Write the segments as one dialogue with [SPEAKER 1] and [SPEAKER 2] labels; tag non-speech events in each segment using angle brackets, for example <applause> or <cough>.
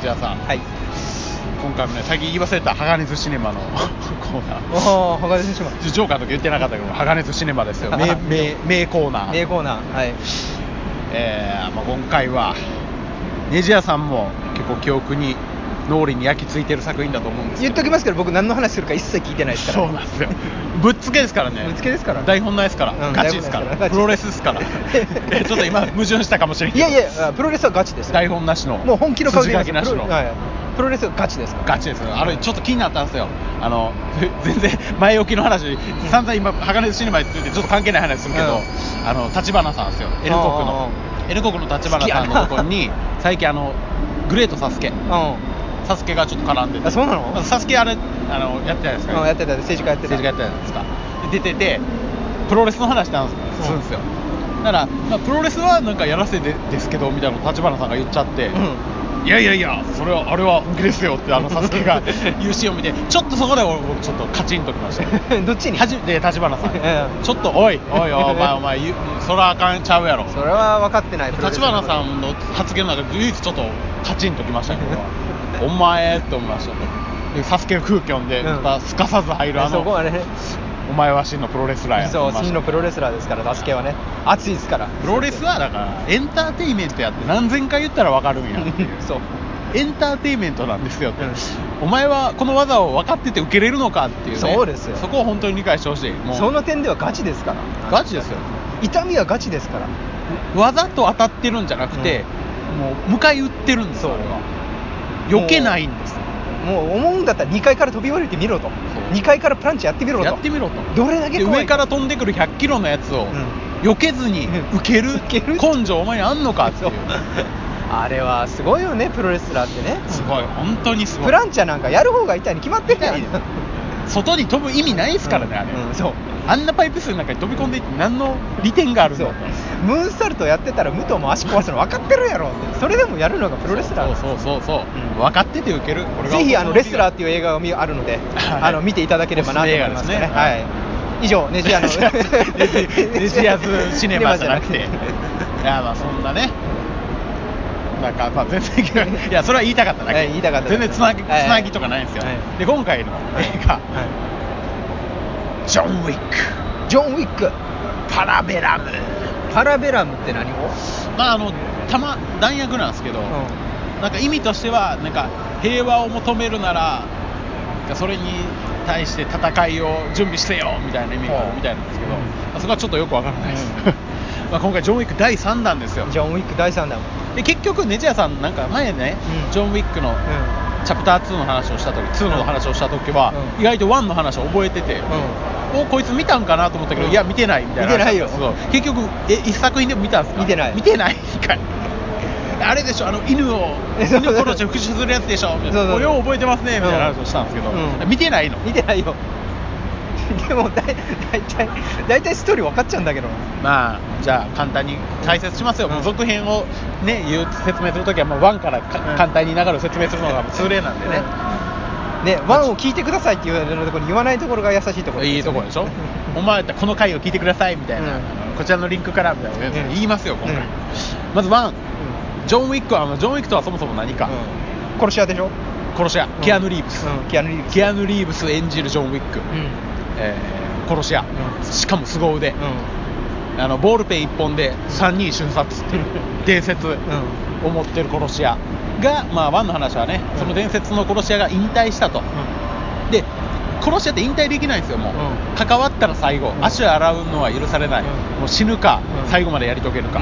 [SPEAKER 1] 土屋さん、
[SPEAKER 2] はい
[SPEAKER 1] 今回もね最近言い忘れた鋼寿司ネマの <laughs> コーナー
[SPEAKER 2] おお鋼寿司マン
[SPEAKER 1] ジョーカーの時言ってなかったけど鋼寿司ネマです
[SPEAKER 2] <laughs>
[SPEAKER 1] よ名名名コーナー
[SPEAKER 2] 名コーナーはい
[SPEAKER 1] えーまあ、今回はネジ屋さんも結構記憶に脳裏に焼き付いてる作品だと思うんですけ
[SPEAKER 2] 言
[SPEAKER 1] ど
[SPEAKER 2] っときますけど僕何の話するか一切聞いてないですから
[SPEAKER 1] そうなんですよぶっつけですからね
[SPEAKER 2] ぶっつけですから
[SPEAKER 1] 台本ないですから、
[SPEAKER 2] うん
[SPEAKER 1] ガチですから
[SPEAKER 2] 台本ないですから
[SPEAKER 1] プロレスですから
[SPEAKER 2] <laughs>
[SPEAKER 1] えちょっと今矛盾したかもしれない
[SPEAKER 2] いやいやあプロレスはガチです
[SPEAKER 1] 台本なしの
[SPEAKER 2] もう本気の顔で言います
[SPEAKER 1] 筋書きなしの
[SPEAKER 2] プロはいプロレスはガチですから
[SPEAKER 1] ガチですよあれちょっと気になったんですよあの <laughs> 全然前置きの話散々今鋼シネマについてちょっと関係ない話するけど、
[SPEAKER 2] うん
[SPEAKER 1] あの立花さんですよ N 国の
[SPEAKER 2] う
[SPEAKER 1] N 国の立花さんのとこに最近あのグレートサスケ
[SPEAKER 2] う
[SPEAKER 1] サスケがちょっと絡んでて
[SPEAKER 2] あそうなの
[SPEAKER 1] サスケあれあのやってたじゃないです
[SPEAKER 2] ん、
[SPEAKER 1] か、
[SPEAKER 2] うん、やってた政治家やってた
[SPEAKER 1] 政治家やってたじゃないですかで出ててプロレスの話なんですするんですよだから、まあ、プロレスはなんかやらせでですけどみたいなのを立花さんが言っちゃって、いやいやいや、それはあれは本気ですよって、あのサスケ
[SPEAKER 2] <laughs>
[SPEAKER 1] が言うシーンを見て、ちょっとそこで俺、僕、ちょっとカチンときました
[SPEAKER 2] <laughs>
[SPEAKER 1] よ。
[SPEAKER 2] うんどっちに
[SPEAKER 1] はじで立花さんに、
[SPEAKER 2] うん
[SPEAKER 1] ちょっと、おい、おい、
[SPEAKER 2] <laughs>
[SPEAKER 1] お前、お前、言うそらあかんちゃうやろ、
[SPEAKER 2] それは分かってないプロレス
[SPEAKER 1] 立花さんの発言の中で、唯一ちょっとカチンとき
[SPEAKER 2] <laughs>
[SPEAKER 1] ましたよ、僕はお前って思いましたでサスケが空気読んで、
[SPEAKER 2] うん
[SPEAKER 1] またすかさず入る、あ
[SPEAKER 2] そこは
[SPEAKER 1] の、
[SPEAKER 2] ね
[SPEAKER 1] お前は真のプロレスラーやと
[SPEAKER 2] そ
[SPEAKER 1] 思
[SPEAKER 2] う
[SPEAKER 1] いました
[SPEAKER 2] 真のプロレスラーですから助けはね熱いですから
[SPEAKER 1] プロレスはだから、エンターテインメントやって、何千回言ったら分かるん
[SPEAKER 2] <laughs>
[SPEAKER 1] やっていう。
[SPEAKER 2] そう
[SPEAKER 1] エンターテインメントなんですよって、
[SPEAKER 2] うん
[SPEAKER 1] お前はこの技を分かってて受けれるのかっていう、ね、
[SPEAKER 2] そうですよ
[SPEAKER 1] そこを本当に理解してほしいもう
[SPEAKER 2] その点ではガチですから
[SPEAKER 1] ガチですよ
[SPEAKER 2] 痛みはガチですから
[SPEAKER 1] 技と当たってるんじゃなくて、もう迎え撃ってるんですよあれは
[SPEAKER 2] そう
[SPEAKER 1] 避けないんですよ
[SPEAKER 2] もう思うんだったら2階から飛び降りてみろと2階からプランチやってみろと
[SPEAKER 1] やってみろと
[SPEAKER 2] どれだけ
[SPEAKER 1] で
[SPEAKER 2] 怖い
[SPEAKER 1] 上から飛んでくる100キロのやつを、避けずに
[SPEAKER 2] うん
[SPEAKER 1] 受ける
[SPEAKER 2] 受ける
[SPEAKER 1] 根性お前にあんのかってい
[SPEAKER 2] そうう <laughs> あれはすごいよねプロレスラーってね
[SPEAKER 1] すごい本当にすご
[SPEAKER 2] プ
[SPEAKER 1] い
[SPEAKER 2] ランチャなんかやる方が痛いに決まってるや
[SPEAKER 1] 痛
[SPEAKER 2] ん
[SPEAKER 1] いです外に飛ぶ意味ないですからね、あれ、
[SPEAKER 2] うんそう
[SPEAKER 1] あんなパイプ数の中に飛び込んでいって何の利点があるんだ
[SPEAKER 2] そ
[SPEAKER 1] と
[SPEAKER 2] うムーンサルトやってたら武藤も足壊すの分かってるやろってそれでもやるのがプロレスラー
[SPEAKER 1] そうそうそうそう、
[SPEAKER 2] うん
[SPEAKER 1] 分かってて受ける俺が
[SPEAKER 2] ぜひあのレスラーって
[SPEAKER 1] いう
[SPEAKER 2] いう映画が見あるので、
[SPEAKER 1] はい
[SPEAKER 2] あの見ていただければなと思いま
[SPEAKER 1] お
[SPEAKER 2] すね
[SPEAKER 1] すすめ映画
[SPEAKER 2] は
[SPEAKER 1] ですね
[SPEAKER 2] い、以上ネジアの
[SPEAKER 1] <laughs> デジアズシネマじゃなくていやまあそんなねなんかまあ全然い
[SPEAKER 2] <laughs>
[SPEAKER 1] やそれは言いたかっただけ、
[SPEAKER 2] はい言いたかった
[SPEAKER 1] 全然つなぎ,、
[SPEAKER 2] はい
[SPEAKER 1] つなぎとかないんですよ、
[SPEAKER 2] はい
[SPEAKER 1] で今回の映画、 <laughs> ジョン・ウィック
[SPEAKER 2] ジョン・ウィック
[SPEAKER 1] パラベラム
[SPEAKER 2] パラベラムって何を、
[SPEAKER 1] まああのたま弾薬なんですけど、なんか意味としてはなんか平和を求めるならなんかそれに対して戦いを準備してよみたいな意味があるみたいなんですけど、
[SPEAKER 2] うん
[SPEAKER 1] まあそこはちょっとよくわからないです、 <laughs> まあ今回ジョン・ウィック第3弾ですよ
[SPEAKER 2] ジョン・ウィック第3弾、
[SPEAKER 1] で結局ネジ屋さんなんか前ね、
[SPEAKER 2] うん
[SPEAKER 1] ジョン・ウィックのチャプター2の話をした時2の話をした時は、
[SPEAKER 2] うん
[SPEAKER 1] 意外と1の話を覚えてて、おこいつ見たんかなと思ったけど、
[SPEAKER 2] うん
[SPEAKER 1] いや見てないみたいな
[SPEAKER 2] 見てないよ
[SPEAKER 1] そう結局え一作品でも見たんですか
[SPEAKER 2] 見てない
[SPEAKER 1] 見てないんかいあれでしょあの犬を
[SPEAKER 2] え
[SPEAKER 1] 犬を殺して復讐するやつでしょみたい
[SPEAKER 2] そうそう
[SPEAKER 1] な
[SPEAKER 2] そう
[SPEAKER 1] およう覚えてますねみたいな話をしたんですけど、
[SPEAKER 2] うん
[SPEAKER 1] 見てないの
[SPEAKER 2] 見てないよでもだい大体大体ストーリー分かっちゃうんだけどな
[SPEAKER 1] まあじゃあ簡単に解説しますよ、
[SPEAKER 2] うん
[SPEAKER 1] もう続編をね言う説明するときはまあ1からか、
[SPEAKER 2] うん
[SPEAKER 1] 簡単に流れを説明するのが通例なんでね、
[SPEAKER 2] ねワンを聞いてくださいって言われるところに言わないところが優しいところ
[SPEAKER 1] いいとこでしょお前だったらこの回を聞いてくださいみたいな、
[SPEAKER 2] うん
[SPEAKER 1] こちらのリンクからみたいなやつ
[SPEAKER 2] うん
[SPEAKER 1] 言いますよ今回、
[SPEAKER 2] うん
[SPEAKER 1] まず1
[SPEAKER 2] うん
[SPEAKER 1] ジョン・ウィックはあのジョン・ウィックとはそもそも何か、
[SPEAKER 2] うん殺し屋でしょ
[SPEAKER 1] 殺し屋キアヌ・リーブス、
[SPEAKER 2] うんキアヌ・リーブス
[SPEAKER 1] キアヌ・リーブス演じるジョン・ウィック、
[SPEAKER 2] うん
[SPEAKER 1] えー殺し屋、
[SPEAKER 2] うん
[SPEAKER 1] しかも凄腕、
[SPEAKER 2] う
[SPEAKER 1] あのボールペン1本で3人瞬殺っていう伝説
[SPEAKER 2] んうん
[SPEAKER 1] を持ってる殺し屋が、まあ、1の話はねその伝説の殺し屋が引退したと、で殺し屋って引退できないんですよもう、
[SPEAKER 2] う
[SPEAKER 1] 関わったら最後、
[SPEAKER 2] うん
[SPEAKER 1] 足を洗うのは許されない、
[SPEAKER 2] うん
[SPEAKER 1] もう死ぬか、
[SPEAKER 2] うん
[SPEAKER 1] 最後までやり遂げるか、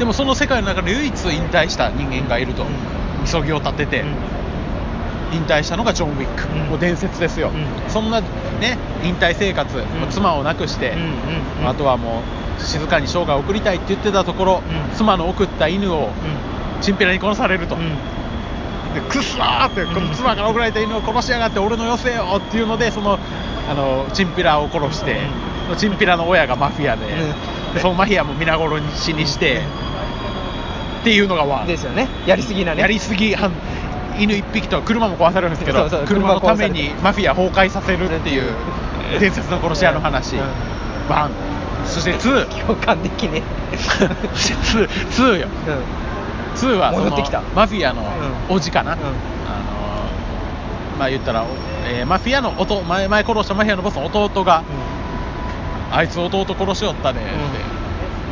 [SPEAKER 1] でもその世界の中で唯一引退した人間がいると、
[SPEAKER 2] うん
[SPEAKER 1] 急ぎを立てて、引退したのがジョン・ウィック、
[SPEAKER 2] うん
[SPEAKER 1] もう伝説ですよ、
[SPEAKER 2] うん
[SPEAKER 1] そんなね引退生活、もう妻を亡くして、あと
[SPEAKER 2] は、
[SPEAKER 1] はもう静かに生涯を送りたいって言ってたところ、
[SPEAKER 2] うん
[SPEAKER 1] 妻の送った犬をチンピラに殺されると、でくっそーってこの妻から送られた犬を殺しやがって俺のよせよっていうのでそのあのチンピラを殺して、チンピラの親がマフィアで、
[SPEAKER 2] うん
[SPEAKER 1] でそのマフィアも皆殺しにして、っていうのがワン
[SPEAKER 2] ですよねやりすぎなね
[SPEAKER 1] やりすぎはん犬1匹と車も壊されるんですけど
[SPEAKER 2] そうそう
[SPEAKER 1] 車のため
[SPEAKER 2] 車壊
[SPEAKER 1] に
[SPEAKER 2] され
[SPEAKER 1] マフィア崩壊させるっていう伝説の殺し屋の話、
[SPEAKER 2] うん
[SPEAKER 1] バンそして2 <laughs>
[SPEAKER 2] 共感できねえ
[SPEAKER 1] そして2よ
[SPEAKER 2] う
[SPEAKER 1] 2はそ
[SPEAKER 2] 戻
[SPEAKER 1] の
[SPEAKER 2] ってきた
[SPEAKER 1] マフィアの
[SPEAKER 2] うん
[SPEAKER 1] おじかな、
[SPEAKER 2] うん
[SPEAKER 1] あのまあ言ったら、えーマフィアの弟前前殺したマフィアのボスの弟が、あいつ弟殺しよったで、っ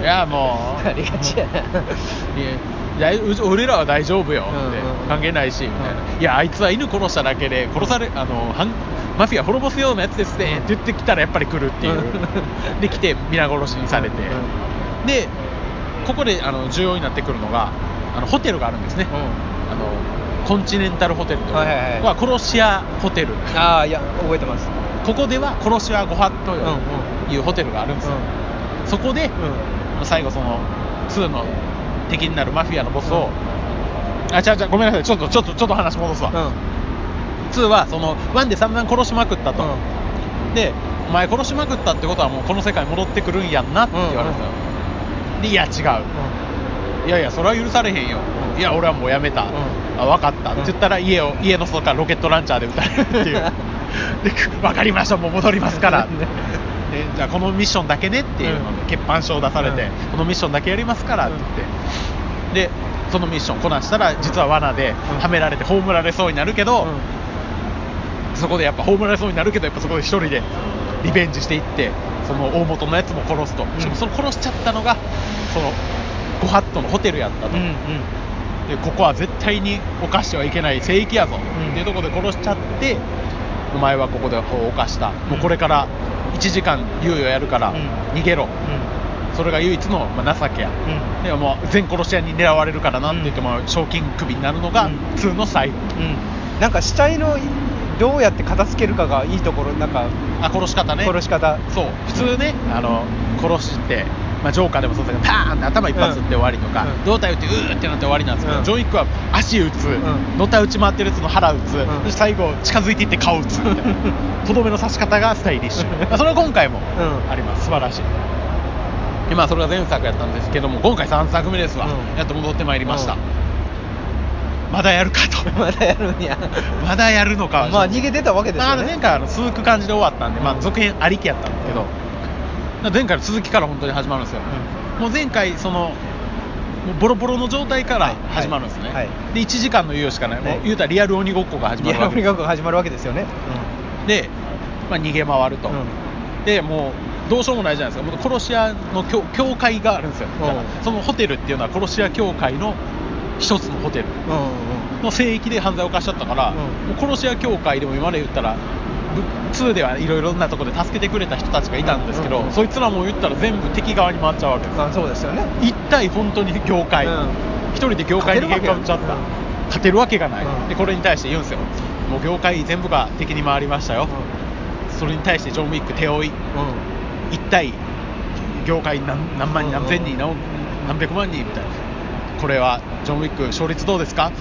[SPEAKER 1] ていやもう
[SPEAKER 2] ありがちやな
[SPEAKER 1] いやいやうち俺らは大丈夫よって、
[SPEAKER 2] うんうんうん
[SPEAKER 1] 関係ないしみたいな、
[SPEAKER 2] う
[SPEAKER 1] いやあいつは犬殺しただけで殺され、あのはんマフィア滅ぼすようなやつですね、って言ってきたらやっぱり来るっていう、
[SPEAKER 2] うん
[SPEAKER 1] で来て皆殺しにされて、
[SPEAKER 2] うん
[SPEAKER 1] でここであの重要になってくるのがあのホテルがあるんですね、あのコンチネンタルホテルと、
[SPEAKER 2] はいはいはい
[SPEAKER 1] は殺し屋ホテル
[SPEAKER 2] ああいや覚えてます
[SPEAKER 1] ここでは殺し屋ご法度
[SPEAKER 2] うん
[SPEAKER 1] よというホテルがあるんですよ、そこで、最後その2の敵になるマフィアのボスを、あ違う違うごめんなさいちょっとちょっとちょっと話戻すわ、2はその1で散々殺しまくったと、でお前殺しまくったってことはもうこの世界戻ってくるんやんなって言われたよ、でいや違う、いやいやそれは許されへんよ、
[SPEAKER 2] うん
[SPEAKER 1] いや俺はもうやめた、
[SPEAKER 2] うん
[SPEAKER 1] あ分かった、
[SPEAKER 2] うん
[SPEAKER 1] って言ったら家を家の外からロケットランチャーで撃たれるっていう
[SPEAKER 2] <laughs>
[SPEAKER 1] で分かりましたもう戻りますから
[SPEAKER 2] ね
[SPEAKER 1] でじゃあこのミッションだけねっていうので、
[SPEAKER 2] う
[SPEAKER 1] 欠
[SPEAKER 2] ん
[SPEAKER 1] 板書を出されて、
[SPEAKER 2] うん
[SPEAKER 1] このミッションだけやりますからって言って、でそのミッションこなしたら実は罠で
[SPEAKER 2] うん
[SPEAKER 1] はめられて葬られそうになるけど、そこでやっぱ葬られそうになるけどやっぱそこで一人でリベンジしていってその大元のやつも殺すと、
[SPEAKER 2] ん
[SPEAKER 1] しかもその殺しちゃったのがそのゴハットのホテルやったと、でここは絶対に犯してはいけない聖域やぞ、っ
[SPEAKER 2] ん
[SPEAKER 1] ていうところで殺しちゃってお前はここで法を犯した、もうこれから1時間猶予やるから
[SPEAKER 2] うん
[SPEAKER 1] 逃げろ、それが唯一の、まあ、情けや、でもう全殺し屋に狙われるからなって言って、まあ賞金首になるのが
[SPEAKER 2] うん
[SPEAKER 1] 普通の最後、
[SPEAKER 2] なんか死体のどうやって片付けるかがいいところなんか
[SPEAKER 1] あ殺し方ね
[SPEAKER 2] 殺し方
[SPEAKER 1] そう普通ねあの殺して、まあ、ジョーカーでもそうだけどパーンって頭一発打って終わりとか、
[SPEAKER 2] うん
[SPEAKER 1] 胴体打ってうーってなって終わりなんですけど、
[SPEAKER 2] うん
[SPEAKER 1] ジョイックは足打つ、
[SPEAKER 2] ん
[SPEAKER 1] のた打ち回ってるやつの腹打つ、
[SPEAKER 2] ん
[SPEAKER 1] そして最後近づいていって顔打つみたいなとどめの刺し方がスタイリッシ
[SPEAKER 2] <laughs>
[SPEAKER 1] ュ、まあ、それは今回も
[SPEAKER 2] うん
[SPEAKER 1] あります、素晴らしいでまあそれが前作やったんですけども今回3作目ですわ、
[SPEAKER 2] うん
[SPEAKER 1] やっと戻ってまいりました、
[SPEAKER 2] うん
[SPEAKER 1] まだやるかと
[SPEAKER 2] <laughs> まだやるんや
[SPEAKER 1] まだやるのか
[SPEAKER 2] まあ逃げてたわけです
[SPEAKER 1] まあ
[SPEAKER 2] よ
[SPEAKER 1] 前
[SPEAKER 2] ね
[SPEAKER 1] 回あの続く感じで終わったんで、ま
[SPEAKER 2] う
[SPEAKER 1] あ、
[SPEAKER 2] ん
[SPEAKER 1] 続編ありきやったんですけど、だから前回の続きから本当に始まるんですよ、もう前回そのもうボロボロの状態から始まるんですね、
[SPEAKER 2] はいは
[SPEAKER 1] で1時間の猶予しかない、
[SPEAKER 2] は
[SPEAKER 1] も
[SPEAKER 2] いう
[SPEAKER 1] 言うたらリアル鬼ごっこが始ま
[SPEAKER 2] リ
[SPEAKER 1] る
[SPEAKER 2] ア
[SPEAKER 1] わ
[SPEAKER 2] ル
[SPEAKER 1] け
[SPEAKER 2] ミ
[SPEAKER 1] で
[SPEAKER 2] 学が始まるわけですよね
[SPEAKER 1] すで、まあ、逃げ回ると、でもうどうしようもないじゃないですかもう殺し屋の教教会があるんですよだから
[SPEAKER 2] うん
[SPEAKER 1] そのホテルっていうのは殺し屋教会の一つのホテル
[SPEAKER 2] うんうん
[SPEAKER 1] の聖域で犯罪を犯しちゃったから、
[SPEAKER 2] うん
[SPEAKER 1] もう殺し屋協会でも今まで言ったらぶ2ではいろいろなところで助けてくれた人たちがいたんですけど、
[SPEAKER 2] うん
[SPEAKER 1] そいつらも言ったら全部敵側に回っちゃうわけで
[SPEAKER 2] うん
[SPEAKER 1] す、
[SPEAKER 2] まあそうですよね
[SPEAKER 1] 一体本当に業界、
[SPEAKER 2] うん
[SPEAKER 1] 一人で業界に喧嘩売っちゃった
[SPEAKER 2] うん
[SPEAKER 1] 勝てるわけがない、
[SPEAKER 2] うん
[SPEAKER 1] でこれに対して言うんですよもう業界全部が敵に回りましたよ、それに対してジョン・ウィック手負い一体業界何何万人何千人何何百万人みたいなこれはジョン・ウィック勝率どうですか、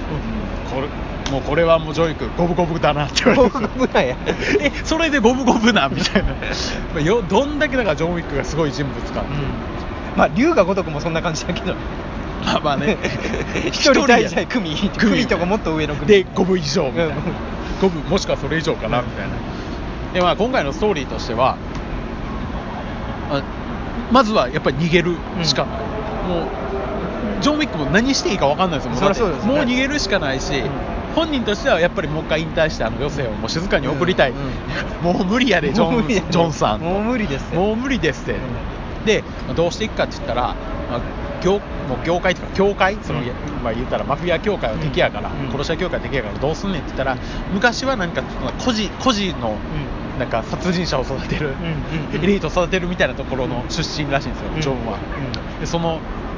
[SPEAKER 1] これもうこれはもうジョイク五分五分だなって言われて
[SPEAKER 2] 僕ぐらいや
[SPEAKER 1] <laughs> えそれで五分五分なみたいな <laughs> まあよどんだけだからジョン・ウィックがすごい人物か、
[SPEAKER 2] まあ龍が如くもそんな感じだけど
[SPEAKER 1] まあまあね
[SPEAKER 2] <laughs> 一人大事組
[SPEAKER 1] 組
[SPEAKER 2] 組とかもっと上の組
[SPEAKER 1] で5分以上みたいな
[SPEAKER 2] うん
[SPEAKER 1] 5分もしくはそれ以上かなみたいなでまあ今回のストーリーとしてはあまずはやっぱり逃げるしかない、もうジョン・ウィックも何していいか分かんないですよも
[SPEAKER 2] そりゃそう
[SPEAKER 1] だ
[SPEAKER 2] で
[SPEAKER 1] っ
[SPEAKER 2] す
[SPEAKER 1] て
[SPEAKER 2] ね
[SPEAKER 1] もう逃げるしかないし、
[SPEAKER 2] うん
[SPEAKER 1] 本人としてはやっぱりもう一回引退してあの余生をもう静かに送りたい、
[SPEAKER 2] うん
[SPEAKER 1] <laughs> もう無理やでジョ
[SPEAKER 2] もう無理や
[SPEAKER 1] ン
[SPEAKER 2] ね
[SPEAKER 1] ジョンさん
[SPEAKER 2] もう無理ですね
[SPEAKER 1] もう無理ですって、でまあどうしていくかって言ったら、まあ、業もう業界というか教会その、
[SPEAKER 2] うん
[SPEAKER 1] まあ、言ったらマフィア教会は敵やから、
[SPEAKER 2] うんうん
[SPEAKER 1] 殺し屋教会は敵やからどうすんねんって言ったら昔はなんかその孤児孤児のなんか殺人者を育てる、
[SPEAKER 2] うんうん
[SPEAKER 1] エリート育てるみたいなところの出身らしいんですよ、
[SPEAKER 2] うん
[SPEAKER 1] ジョンは、
[SPEAKER 2] うん
[SPEAKER 1] でその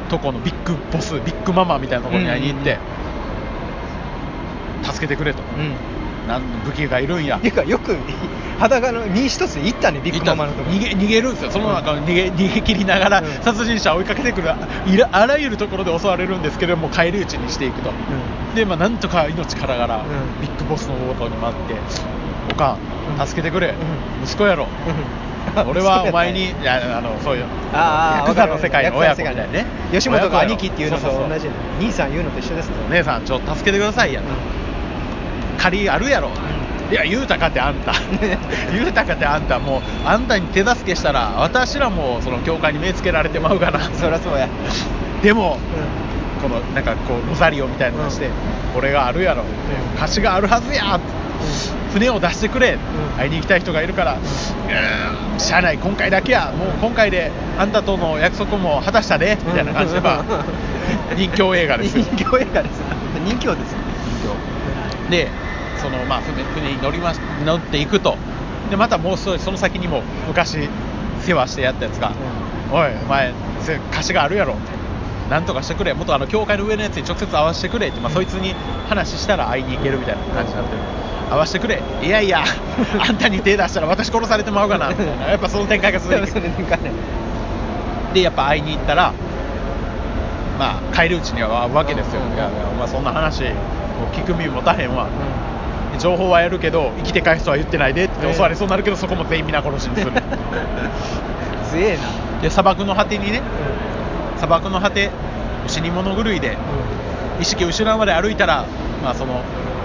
[SPEAKER 1] とこのビッグボスビッグママみたいなところに会いに行って、助けてくれと
[SPEAKER 2] うん
[SPEAKER 1] なん武器がいるんや
[SPEAKER 2] ていうかよく裸の身一つで行ったねビッグママのとこ
[SPEAKER 1] 逃げ逃げるんですよその中を逃げ逃げ切りながら、
[SPEAKER 2] うん
[SPEAKER 1] 殺人者を追いかけてくるいらあらゆるところで襲われるんですけれども返り討ちにしていくと、で、まあ、なんとか命からがら、
[SPEAKER 2] うん
[SPEAKER 1] ビッグボスの方向に回って「おか
[SPEAKER 2] うん
[SPEAKER 1] ん助けてくれ、
[SPEAKER 2] う
[SPEAKER 1] 息子
[SPEAKER 2] <laughs>
[SPEAKER 1] やろ
[SPEAKER 2] うん
[SPEAKER 1] 俺はお前にいやあのそうよ
[SPEAKER 2] ああ
[SPEAKER 1] ヤクザの世界の親子みたいなね
[SPEAKER 2] 吉本が兄貴っていうのと
[SPEAKER 1] そうそうそう
[SPEAKER 2] 同じで兄さん言うのと一緒ですね
[SPEAKER 1] お姉さんちょっと助けてくださいやと、借りあるやろ、いや言うたかってあん <laughs> た言うたかってあんたもうあんたに手助けした <laughs> ら私らもその教会に目つけられてまうかな
[SPEAKER 2] そりゃそうや
[SPEAKER 1] でもこのなんかこうロザリオみたいなのして、
[SPEAKER 2] うん
[SPEAKER 1] 俺があるやろって、
[SPEAKER 2] うん
[SPEAKER 1] 貸しがあるはずやって、船を出してくれ、
[SPEAKER 2] ん
[SPEAKER 1] 会いに行きたい人がいるから、うーん、しゃあない今回だけやもう今回であんたとの約束も果たしたでみたいな感じで、 <laughs> まあ人気映画ですよ
[SPEAKER 2] 人形映画です人形です
[SPEAKER 1] でその、まあ、船船に乗ります乗っていくとでまたもう一人その先にも昔世話してやったやつが「おいお前せ貸しがあるやろ」なんとかしてくれもっとあの教会の上のやつに直接会わせてくれって、まあ、そいつに話したら会いに行けるみたいな感じになってる会わせてくれいやい
[SPEAKER 2] <laughs>
[SPEAKER 1] やあんたに手出したら私殺されてまうがなみたいなやっぱその展開が続い
[SPEAKER 2] <laughs>
[SPEAKER 1] てくる
[SPEAKER 2] それなんかね
[SPEAKER 1] でやっぱ会いに行ったらまあ帰り討ちには会うわけですよ、
[SPEAKER 2] うん
[SPEAKER 1] いやいやお前そんな話もう聞く耳持たへんわ、情報はやるけど生きて返すとは言ってないでって
[SPEAKER 2] ええ
[SPEAKER 1] 襲われそうになるけどそこも全員皆殺しに
[SPEAKER 2] <laughs>
[SPEAKER 1] する
[SPEAKER 2] 強えな
[SPEAKER 1] で砂漠の果てにね砂漠の果て死に物狂いで意識を失うまで歩いたら、まあ、その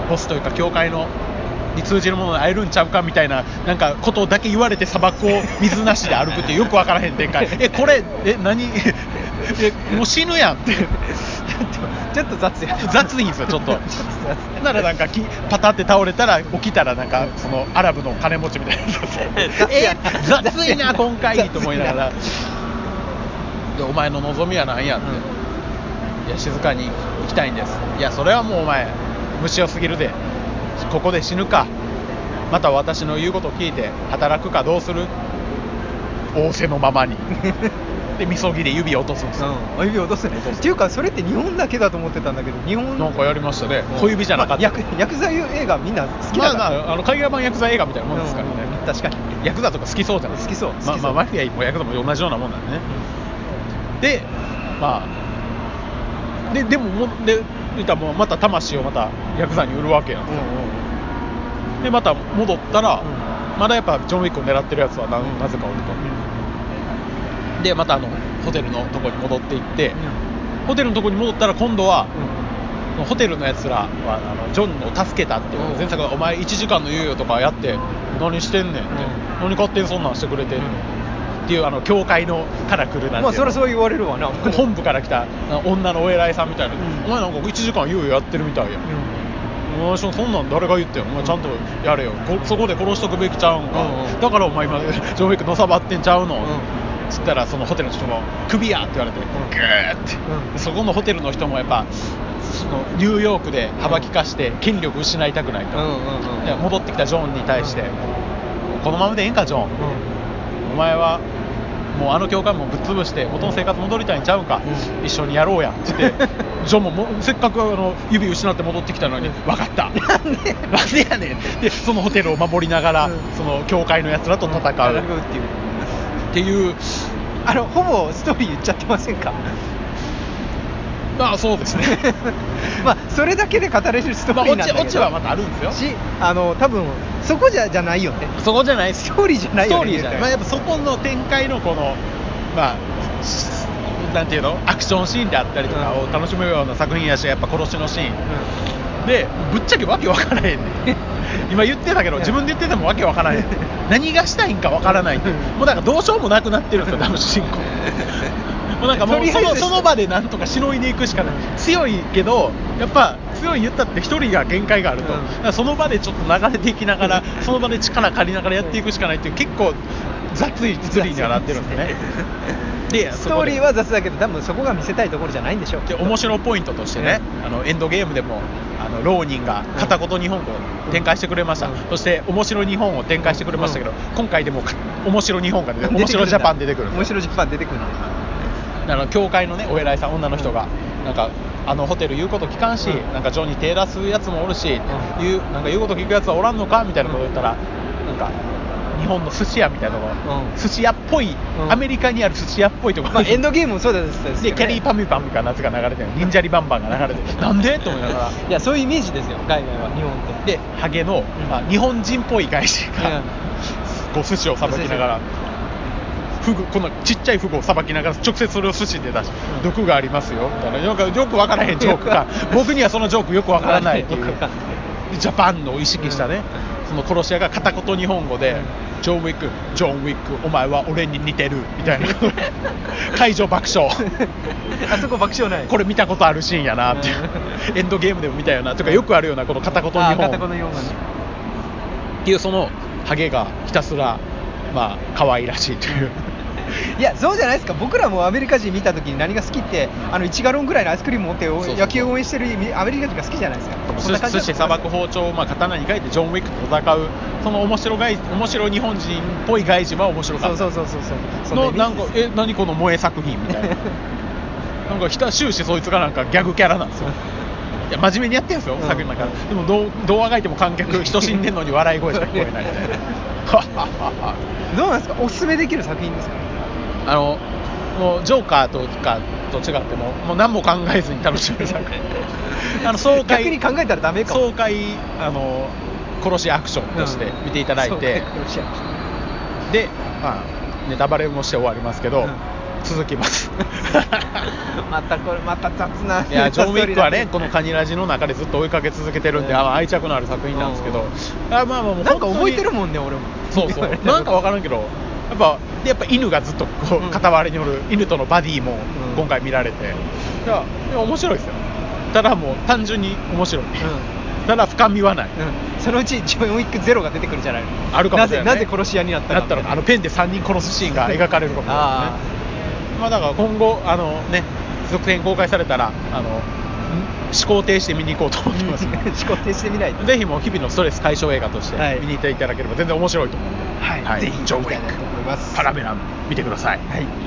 [SPEAKER 1] ボスというか教会のに通じるものに会えるんちゃうかみたいななんかことだけ言われて砂漠を水なしで歩くっていうよくわからへん展開えこれえ何 <laughs> えもう死ぬやんって
[SPEAKER 2] ちょっと雑や
[SPEAKER 1] 雑いんですよちょっと。ならなんかきパタって倒れたら起きたらなんかそのアラブの金持ちみたいなえー雑 <laughs> いな今回と思いながらでお前の望みは何やって、いや静かに行きたいんですいやそれはもうお前無視をすぎるでここで死ぬかまた私の言うことを聞いて働くかどうする仰せのままにでみそぎで指を落とすんですよ、
[SPEAKER 2] うん、指落とすねっていうかそれって日本だけだと思ってたんだけど日本
[SPEAKER 1] なんかやりましたね小指じゃなかった、
[SPEAKER 2] まあ薬薬剤映画みんな好き
[SPEAKER 1] ま
[SPEAKER 2] だ
[SPEAKER 1] あ
[SPEAKER 2] か
[SPEAKER 1] ま
[SPEAKER 2] ら、
[SPEAKER 1] あ、あの海外版薬剤映画みたいなもんですからね、
[SPEAKER 2] うん確かに
[SPEAKER 1] ヤクザとか好きそうじゃない
[SPEAKER 2] 好きそう
[SPEAKER 1] まあ
[SPEAKER 2] 好き
[SPEAKER 1] ま
[SPEAKER 2] そ
[SPEAKER 1] あ
[SPEAKER 2] う
[SPEAKER 1] マフィアもヤクザも同じようなもんなんでねでまあででももうで言ったらもうまた魂をまたヤクザに売るわけやん、でまた戻ったら、
[SPEAKER 2] う
[SPEAKER 1] まだやっぱジョン・ウィックを狙ってるやつはな
[SPEAKER 2] うん
[SPEAKER 1] なぜかおると、でまたあのホテルのとこに戻っていって、ホテルのとこに戻ったら今度はホテルのやつらはあのジョンを助けたっていう
[SPEAKER 2] うん
[SPEAKER 1] 前作が「お前1時間の猶予とかやって何してんねん」って「何勝手にそんなんしてくれて」っていうあの教会のから来るなんて
[SPEAKER 2] まあそりゃそう言われるわな
[SPEAKER 1] 本部から来た女のお偉いさんみたいな
[SPEAKER 2] うん
[SPEAKER 1] 「お前なんか1時間猶予やってるみたいやん」お前そんなん誰が言ってんお前ちゃんとやれよこそこで殺しとくべきちゃうんか、
[SPEAKER 2] うんうん
[SPEAKER 1] だからお前今ジョン・ウィックのさばってんちゃうの、
[SPEAKER 2] うん
[SPEAKER 1] つったらそのホテルの人も「首や!」って言われて、
[SPEAKER 2] ん
[SPEAKER 1] グーって、
[SPEAKER 2] うん
[SPEAKER 1] そこのホテルの人もやっぱそのニューヨークで幅利かして権力失いたくないと、
[SPEAKER 2] うんうんうん
[SPEAKER 1] で戻ってきたジョンに対して、このままでええんかジョンお前はもうあの教会もぶっ潰して元の生活戻りたいんちゃうんか、
[SPEAKER 2] う
[SPEAKER 1] 一緒にやろうやんって言って
[SPEAKER 2] <laughs>
[SPEAKER 1] ジョンももうせっかくあの指失って戻ってきたのに分かった
[SPEAKER 2] なんで
[SPEAKER 1] なんでやねんでそのホテルを守りながら、
[SPEAKER 2] うん
[SPEAKER 1] その教会のやつらと戦う、
[SPEAKER 2] 戦うっていう
[SPEAKER 1] っていう
[SPEAKER 2] あのほぼストーリー言っちゃってません
[SPEAKER 1] <laughs>
[SPEAKER 2] か
[SPEAKER 1] まあそうですね
[SPEAKER 2] <laughs> まあそれだけで語れるスト
[SPEAKER 1] ま
[SPEAKER 2] ー
[SPEAKER 1] あ
[SPEAKER 2] リー
[SPEAKER 1] オ
[SPEAKER 2] なんだ
[SPEAKER 1] チ
[SPEAKER 2] けど、
[SPEAKER 1] オチはまたあるんですよ
[SPEAKER 2] しあの多分そこじゃじゃないよね
[SPEAKER 1] そこじゃないです
[SPEAKER 2] ス
[SPEAKER 1] よ
[SPEAKER 2] トーリーじゃない
[SPEAKER 1] スト
[SPEAKER 2] よ
[SPEAKER 1] ー
[SPEAKER 2] ね
[SPEAKER 1] リーじゃない、まあ、やっぱそこの展開のこのまあしなんていうのアクションシーンであったりとかを楽しむような作品やしやっぱ殺しのシーンでぶっちゃけわけわからへんねん
[SPEAKER 2] <laughs>
[SPEAKER 1] 今言ってたけど自分で言っててもわけわからへん何がしたいんかわからないってもうなんかどうしようもなくなってるん
[SPEAKER 2] <laughs>
[SPEAKER 1] ですよ多分主人公もうなんかも
[SPEAKER 2] と
[SPEAKER 1] う
[SPEAKER 2] りあ
[SPEAKER 1] そ
[SPEAKER 2] えず
[SPEAKER 1] のその場でなんとかしのいでいくしかない強いけどやっぱ強い言ったって一人が限界があると、
[SPEAKER 2] うん
[SPEAKER 1] だからその場でちょっと流れていきながらその場で力借りながらやっていくしかないっていう結構雑いスリーにはなってるんですねで
[SPEAKER 2] ス
[SPEAKER 1] そ
[SPEAKER 2] ト
[SPEAKER 1] こ
[SPEAKER 2] ー
[SPEAKER 1] で
[SPEAKER 2] リーは雑だけど多分そこが見せたいところじゃないんでしょう
[SPEAKER 1] で面白ポイントとしてね、あのエンドゲームでもあの浪人が片言日本語を展開してくれました、
[SPEAKER 2] うん
[SPEAKER 1] そして面白日本を展開してくれましたけど、今回でもか面白日本が出て面白ジャパン出てくる
[SPEAKER 2] 面白ジャパン出てくる
[SPEAKER 1] あの教会のねお偉いさん女の人が、なんかあのホテル言うこと聞かんし、
[SPEAKER 2] うん
[SPEAKER 1] なんかジョンに手出すやつもおるし、
[SPEAKER 2] う
[SPEAKER 1] 言うなんか言うこと聞くやつはおらんのかみたいなこと言ったら、なんか日本の寿司屋みたいなところ、
[SPEAKER 2] うん
[SPEAKER 1] 寿司屋っぽい、
[SPEAKER 2] ん
[SPEAKER 1] アメリカにある寿司屋っぽいところ、
[SPEAKER 2] まあエンドゲームもそうだったですけ
[SPEAKER 1] で
[SPEAKER 2] ど、ね、
[SPEAKER 1] キャリーパミュパミュか夏が流れてる忍者リバンバンが流れて
[SPEAKER 2] <laughs>
[SPEAKER 1] るなんでと思いながら
[SPEAKER 2] いやそういうイメージですよ海外は日本って
[SPEAKER 1] でハゲの、
[SPEAKER 2] うん
[SPEAKER 1] まあ、日本人っぽい外人が、こう寿司をさばきながらフグこんなちっちゃいフグをさばきながら直接それを寿司で出し、
[SPEAKER 2] うん
[SPEAKER 1] 毒
[SPEAKER 2] <laughs>
[SPEAKER 1] がありますよみたいななんかよくわからへんジョークが僕にはそのジョークよくわからないってい
[SPEAKER 2] よ
[SPEAKER 1] う
[SPEAKER 2] くわかんない
[SPEAKER 1] ジャパンの意識したね、その殺し屋が片言日本語で、ジョン・ウィック、ジョン・ウィック、お前は俺に似てるみた
[SPEAKER 2] <laughs>
[SPEAKER 1] いな、会場爆笑、
[SPEAKER 2] あそこ爆笑ない
[SPEAKER 1] これ見たことあるシーンやなっていう、エンドゲームでも見たよなとか、よくあるような、この片言日
[SPEAKER 2] あ
[SPEAKER 1] 本
[SPEAKER 2] 片言の4番ね
[SPEAKER 1] っていう、そのハゲがひたすら、まあ可愛らしいという。
[SPEAKER 2] いやそうじゃないですか僕らもアメリカ人見た時に何が好きってあの1ガロンぐらいのアイスクリーム持って
[SPEAKER 1] そ
[SPEAKER 2] お
[SPEAKER 1] うそうそう
[SPEAKER 2] 野球応援してるみアメリカ人が好きじゃないですか <laughs> そんな感じ
[SPEAKER 1] そ
[SPEAKER 2] だ
[SPEAKER 1] して
[SPEAKER 2] と
[SPEAKER 1] 砂
[SPEAKER 2] 思いま
[SPEAKER 1] 漠包丁を、まあ、刀に書いてジョン・ウィックと戦うその面白がい面白日本人っぽい外人は面白
[SPEAKER 2] す
[SPEAKER 1] かった
[SPEAKER 2] そうそうそうそうそうそ
[SPEAKER 1] のな
[SPEAKER 2] なイ
[SPEAKER 1] ん
[SPEAKER 2] メ
[SPEAKER 1] か
[SPEAKER 2] ージです
[SPEAKER 1] え何この萌え作品みたいな
[SPEAKER 2] <laughs>
[SPEAKER 1] なんかひた終始そいつがなんかギャグキャラなんです
[SPEAKER 2] <laughs>
[SPEAKER 1] よいや真面目にやってるんですよ、
[SPEAKER 2] うん
[SPEAKER 1] 作品なんかでもどうどうあがいても観客人死んでんのに笑い声しか聞こえないみたいなはっはっ <laughs> はっは
[SPEAKER 2] どうなんですかおすすめできる作品ですか
[SPEAKER 1] あのもうジョーカーとかと違ってももう何も考えずに楽しめる作品
[SPEAKER 2] <laughs>
[SPEAKER 1] あの爽快
[SPEAKER 2] 逆に考えたらダメかも
[SPEAKER 1] 爽快あの殺しアクションとして見ていただいて、
[SPEAKER 2] うんそうよっし
[SPEAKER 1] で、まあ、ネタバレもして終わりますけど、
[SPEAKER 2] うん
[SPEAKER 1] 続きます
[SPEAKER 2] <laughs> ゃ <laughs> またこれまた雑ない
[SPEAKER 1] やジョン・ウィックはね、こ
[SPEAKER 2] の
[SPEAKER 1] のカニラジの中でずっと追いかけ続けてるんで、
[SPEAKER 2] うん
[SPEAKER 1] あ愛着のある作品なんですけど、あまあまあもう
[SPEAKER 2] なんか
[SPEAKER 1] 本当に
[SPEAKER 2] 覚えてるもんね俺も
[SPEAKER 1] そう
[SPEAKER 2] <laughs>
[SPEAKER 1] そう、なんかわからんけど、やっぱ、でやっぱ犬がずっとこう、
[SPEAKER 2] うん
[SPEAKER 1] 片割れによる犬とのバディも
[SPEAKER 2] ん
[SPEAKER 1] 今回見られて、いや、いや面白いですよ、ただもう、単純に面白い、ただ深みはない、
[SPEAKER 2] うんそのうちジョン・ウィックゼロが出てくるじゃない
[SPEAKER 1] あるかもしれない、
[SPEAKER 2] なぜなぜ殺し屋になった
[SPEAKER 1] だったのか、あのペンで3人殺すシーンが描かれるかもしれない
[SPEAKER 2] あ
[SPEAKER 1] ですね。まあ、だから今後あの、ね、続編公開されたらあの思考停止で見に行こうと思 <laughs> ってます、ね、
[SPEAKER 2] 思考停止でみないと
[SPEAKER 1] <laughs> ぜひもう日々のストレス解消映画として
[SPEAKER 2] はい
[SPEAKER 1] 見に行っていただければ全然面白いと思うんで、
[SPEAKER 2] はい、ぜひ
[SPEAKER 1] ジョン・
[SPEAKER 2] 見
[SPEAKER 1] ウ
[SPEAKER 2] た
[SPEAKER 1] ィ
[SPEAKER 2] い
[SPEAKER 1] ッ
[SPEAKER 2] なと
[SPEAKER 1] ク
[SPEAKER 2] 思います
[SPEAKER 1] パラメラ見てください。
[SPEAKER 2] はい